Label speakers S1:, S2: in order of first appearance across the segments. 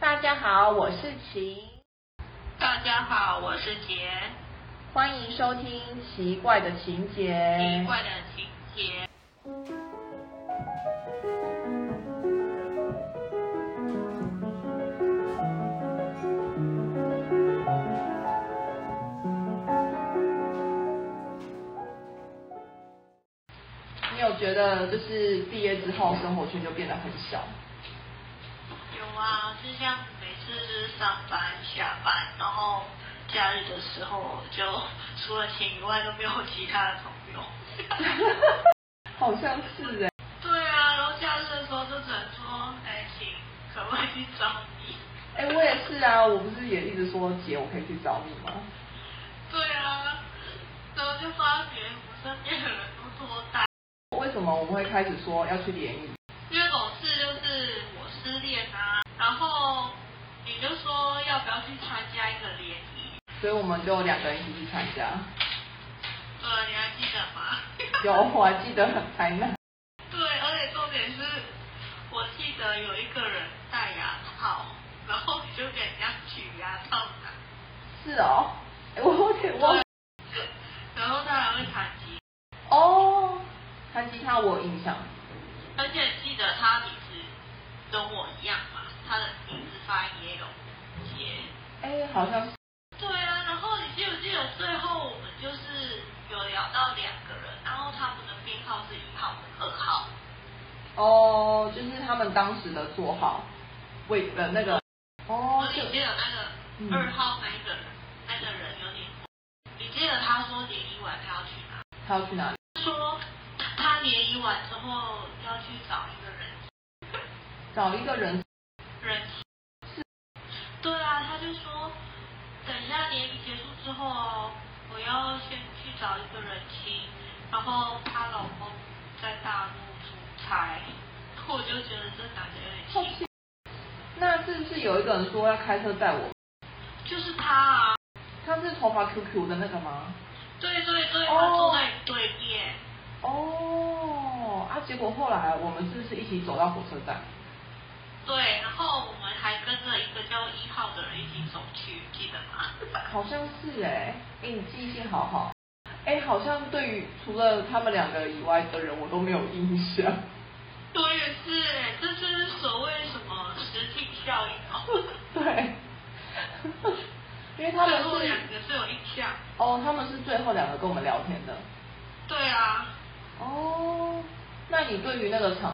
S1: 大家好，我是晴，
S2: 大家好，我是杰。
S1: 欢迎收听《奇怪的情节》。
S2: 奇怪的情节。
S1: 你有觉得就是毕业之后生活圈就变得很 小？
S2: 有啊，就像每次就是上班、下班，然后假日的时候，就除了请以外都没有其他的朋友。
S1: 好像是哎、
S2: 对啊，然后假日的时候就只能说，哎，请可不可以去找你？
S1: 哎、我也是啊，我不是也一直说姐，我可以去找你吗？
S2: 对啊，然后就发觉我身边的人都多呆，
S1: 为什么我们会开始说要去联谊？
S2: 因为某次就是我失恋啊，然后你就说要不要去参加一个联谊？
S1: 所以我们就两个人一起去参加。
S2: 呃，你还记得吗？
S1: 有，我还记得很台南。
S2: 对，而且重点是，我记得有一个人戴牙套，然后你就给人家取牙套拿，
S1: 是哦，哎、我有点忘了
S2: 然后他还会弹吉
S1: 哦。弹吉他我有印象，
S2: 他，而且你记得他名字跟我一样嘛，他的名字发音也有杰。
S1: 哎、好像是
S2: 对啊，然后你记不记得最后我们就是有聊到两个人，然后他们的编号是一号跟二号，
S1: 哦，就是他们当时的座号，为呃那个哦
S2: 我，
S1: 就
S2: 只记得那个二号那一个人，那个人有点，你记得他说联谊完他要去哪？
S1: 他要去哪里？
S2: 他说他联谊完之后要去找一个人
S1: 找一个人，
S2: 人
S1: 是。
S2: 对啊，他就说等一下联谊结束之后哦，我要先去找一个人亲，然后她老公在大陆出差，我就觉得这男的有
S1: 好
S2: 点奇
S1: 奇
S2: 怪
S1: 那是不是有一个人说要开车载我？
S2: 就是他啊，
S1: 他是头发 QQ 的那个吗？
S2: 对对对，
S1: 哦
S2: 他坐在你对面。
S1: 哦，啊，结果后来我们是不是一起走到火车站？
S2: 对，然后我们还跟着一个叫一号的人一起走去，记得吗？
S1: 好像是哎、哎、你记性好好。哎、好像对于除了他们两个以外的人，我都没有印象。
S2: 我也是，这是所谓什么实际效应哦。
S1: 对， 因为他们
S2: 最后
S1: 是
S2: 两个是有印象。
S1: 哦，他们是最后两个跟我们聊天的。
S2: 对啊，
S1: 哦，那你对于那个场，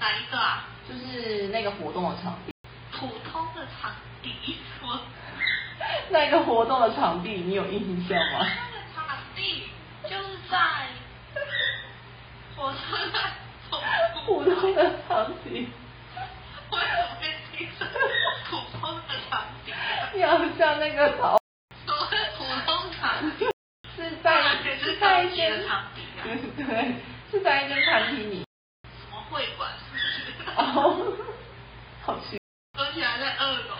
S2: 哪一个啊？
S1: 就是那个活动的场地，
S2: 普通的场地，我
S1: 那个活动的场地，你有印象
S2: 普
S1: 吗？
S2: 通的场地就是在火车站总
S1: 普
S2: 部。
S1: 通的场地，
S2: 我怎么会听成普通的场地啊？
S1: 你好像那个草
S2: 怎么会普通场地？
S1: 是
S2: 当
S1: 在
S2: 然
S1: 是
S2: 是
S1: 在
S2: 高
S1: 一
S2: 级
S1: 间
S2: 的啊场地啊，
S1: 对，是在一间餐厅里。
S2: 什么会馆是不是？
S1: 哦，好奇，
S2: 而且还在二楼。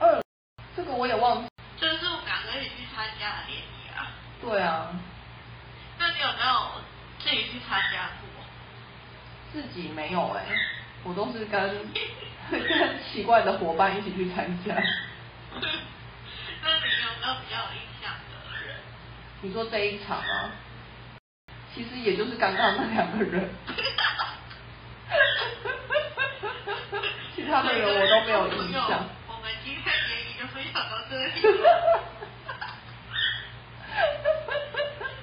S1: 二，这个我也忘记。
S2: 这是我们两个一起去参加的联谊啊。
S1: 对啊，
S2: 那你有没有自己去参加过？
S1: 自己没有哎、我都是跟 跟奇怪的伙伴一起去参加。
S2: 那你有没有比较有印象的人？
S1: 你说这一场啊，其实也就是刚刚那两个人，其他的人我都没有印象。
S2: 我们今天联谊就分享到这里，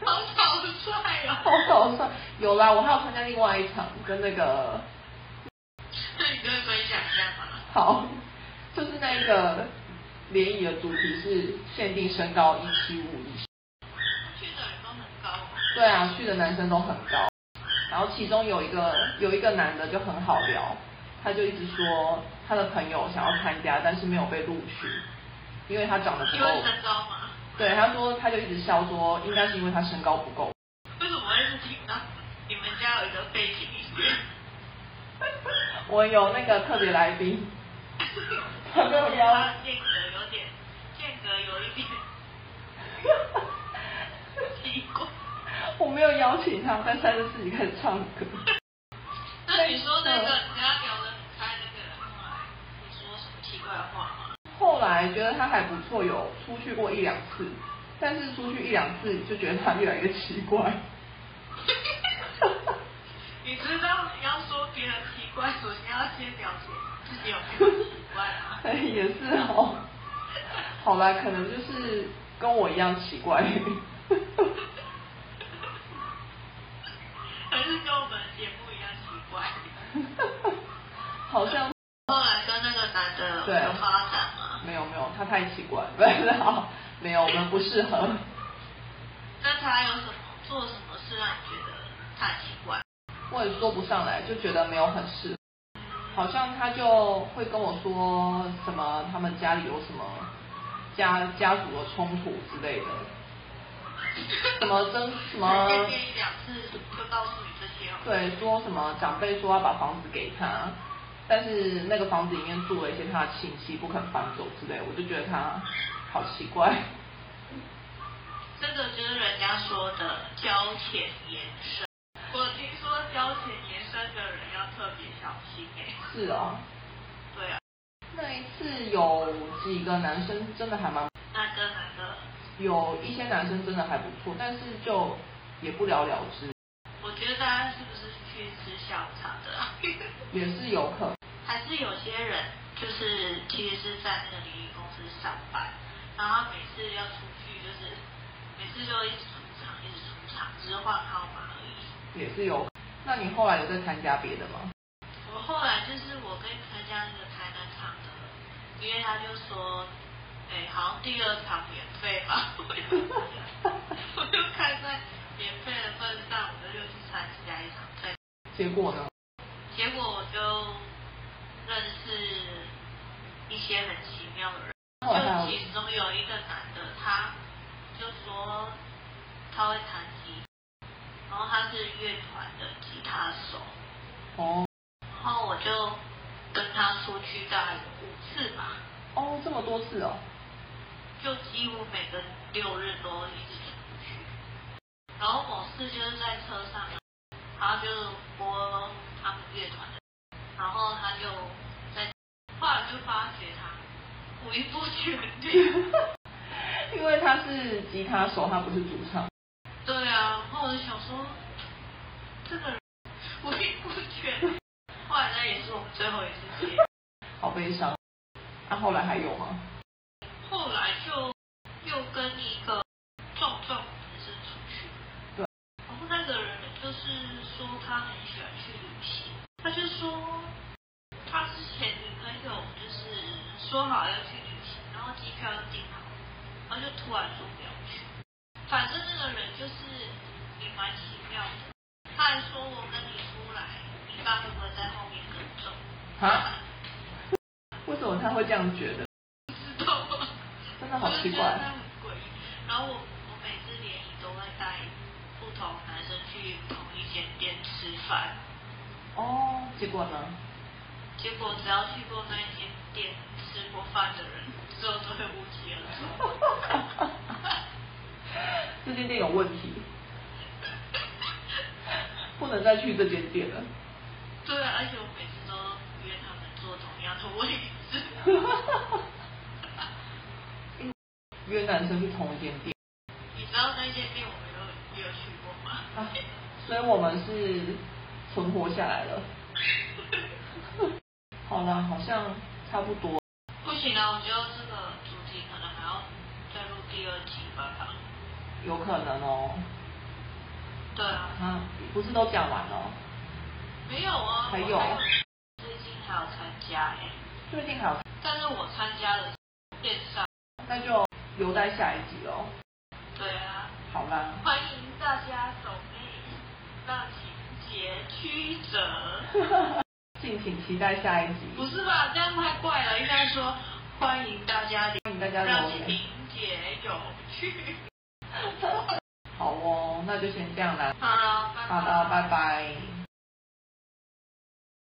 S2: 好草率
S1: 好
S2: 哦。
S1: 搞笑，有啦，我还有参加另外一场，跟那个
S2: 那你可以分享一下吗？
S1: 好，就是那个联谊的主题是限定身高一七五以上，
S2: 去的人都很高哦，
S1: 对啊，去的男生都很高，然后其中有一个有一个男的就很好聊，他就一直说他的朋友想要参加，但是没有被录取，因为他长得不
S2: 因
S1: 够
S2: 为，身高吗？
S1: 对，他说他就一直笑说应该是因为他身高不够，
S2: 为什么会是听到你们家有一个背景音乐？
S1: 我有那个特别来宾，
S2: 他的间隔有点，间隔有一点 奇怪。
S1: 我没有邀请他，但是他就自己开始唱歌。
S2: 那你说那个你刚刚聊得很开那个，你说什么奇怪话吗？
S1: 后来觉得他还不错，有出去过一两次，但是出去一两次就觉得他越来越奇怪。
S2: 你知道你要说别人奇怪，首先要先了解自己有没有奇怪啊
S1: 。哎，也是哦。好啦，可能就是跟我一样奇怪。
S2: 还是跟我们节目一样奇怪。
S1: 好像
S2: 后来跟那个男的
S1: 对
S2: 有发展吗？
S1: 没有没有，他太奇怪了，不是好，没有，我们不适合。
S2: 那他有什么做什么事让你觉得他很奇怪？
S1: 我也说不上来，就觉得没有很适合。好像他就会跟我说什么，他们家里有什么家家族的冲突之类的，什么争什么
S2: 见面一两次就告诉你这些哦。
S1: 对，说什么长辈说要把房子给他，但是那个房子里面住了一些他的亲戚，不肯搬走之类，我就觉得他好奇怪。
S2: 这个就是人家说的交浅言深。我听说交浅言深的人要特别小心哎、
S1: 是哦，
S2: 对啊，
S1: 那一次有几个男生真的还蛮，
S2: 那跟那个，
S1: 有一些男生真的还不错，但是就也不了了之，
S2: 我觉得大家是不是去吃下午茶的、啊？
S1: 也是有可能。
S2: 还是有些人就是其实是在那个礼仪公司上班，然后他每次要出去就是每次就一直出场，一直出场，只是换号码而已。
S1: 也是有可能。那你后来有在参加别的吗？
S2: 我后来就是我跟参加那个台南场的，因为他就说，哎、好像第二场免费吧， 我就我就看在免费的份上，我就又去参加一场对，
S1: 结果呢？
S2: 结果我就认识一些很奇妙的人，
S1: 后来哦还
S2: 就
S1: 有
S2: 其中有一个男的，他就说他会弹吉他，然后他是乐团的吉他手。
S1: 哦
S2: 然后我就跟他出去大概有五次吧，
S1: 哦这么多次哦，
S2: 就几乎每个六日都一直出去。然后某次就是在车上，然后就是播他们乐团的，然后他就在，后来就发觉他五音不全的。
S1: 因为他是吉他手，他不是主唱。
S2: 对啊，然后我就想说，这个人五音不全。后来那也是我们最后一次见。
S1: 好悲伤。那、后来还有吗？
S2: 后来就又跟一个壮壮男生出去，
S1: 对，
S2: 然后那个人就是说他很喜欢去旅行，他就说他之前女朋友就是说好要去旅行，然后机票要订好，然后就突然说不要去，反正那个人就是也蛮奇妙的，他还说我跟你出来，你爸会不会在后面跟踪？
S1: 啊？为什么他会这样觉得？
S2: 知道吗？
S1: 真的好奇
S2: 我就觉得
S1: 怪
S2: 他。很诡异。然后我啊我每次联谊都会带不同男生去同一间店吃饭，
S1: 哦，结果呢？
S2: 结果只要去过那 一间店吃过饭的人，最后都会无疾而终。
S1: 这间店有问题，不能再去这间店了。
S2: 对啊，而且我每次都约他们坐同样的位置。
S1: 约男生去同一间店
S2: 你知道那间店我们有有去过吗？
S1: 啊，所以我们是存活下来了。 好啦，好像差不多。
S2: 不行啊，我觉得这个主题可能还要再录第二集吧。
S1: 有可能哦。
S2: 对啊。
S1: 啊，不是都讲完哦了？
S2: 没有啊，
S1: 还有
S2: 我最近还有参加哎、
S1: 最近还有，
S2: 但是我参加了线上，
S1: 那就留待下一集喽。
S2: 对啊，
S1: 好啦，
S2: 欢迎大家走内，让情节曲折，
S1: 敬请期待下一集。
S2: 不是吧？这样太怪了，应该说欢迎大家
S1: 欢迎大家
S2: 让
S1: 留
S2: 情
S1: 言。
S2: 节有趣。
S1: 好哦，那就先这样啦，
S2: 好了，拜
S1: 好的，拜拜。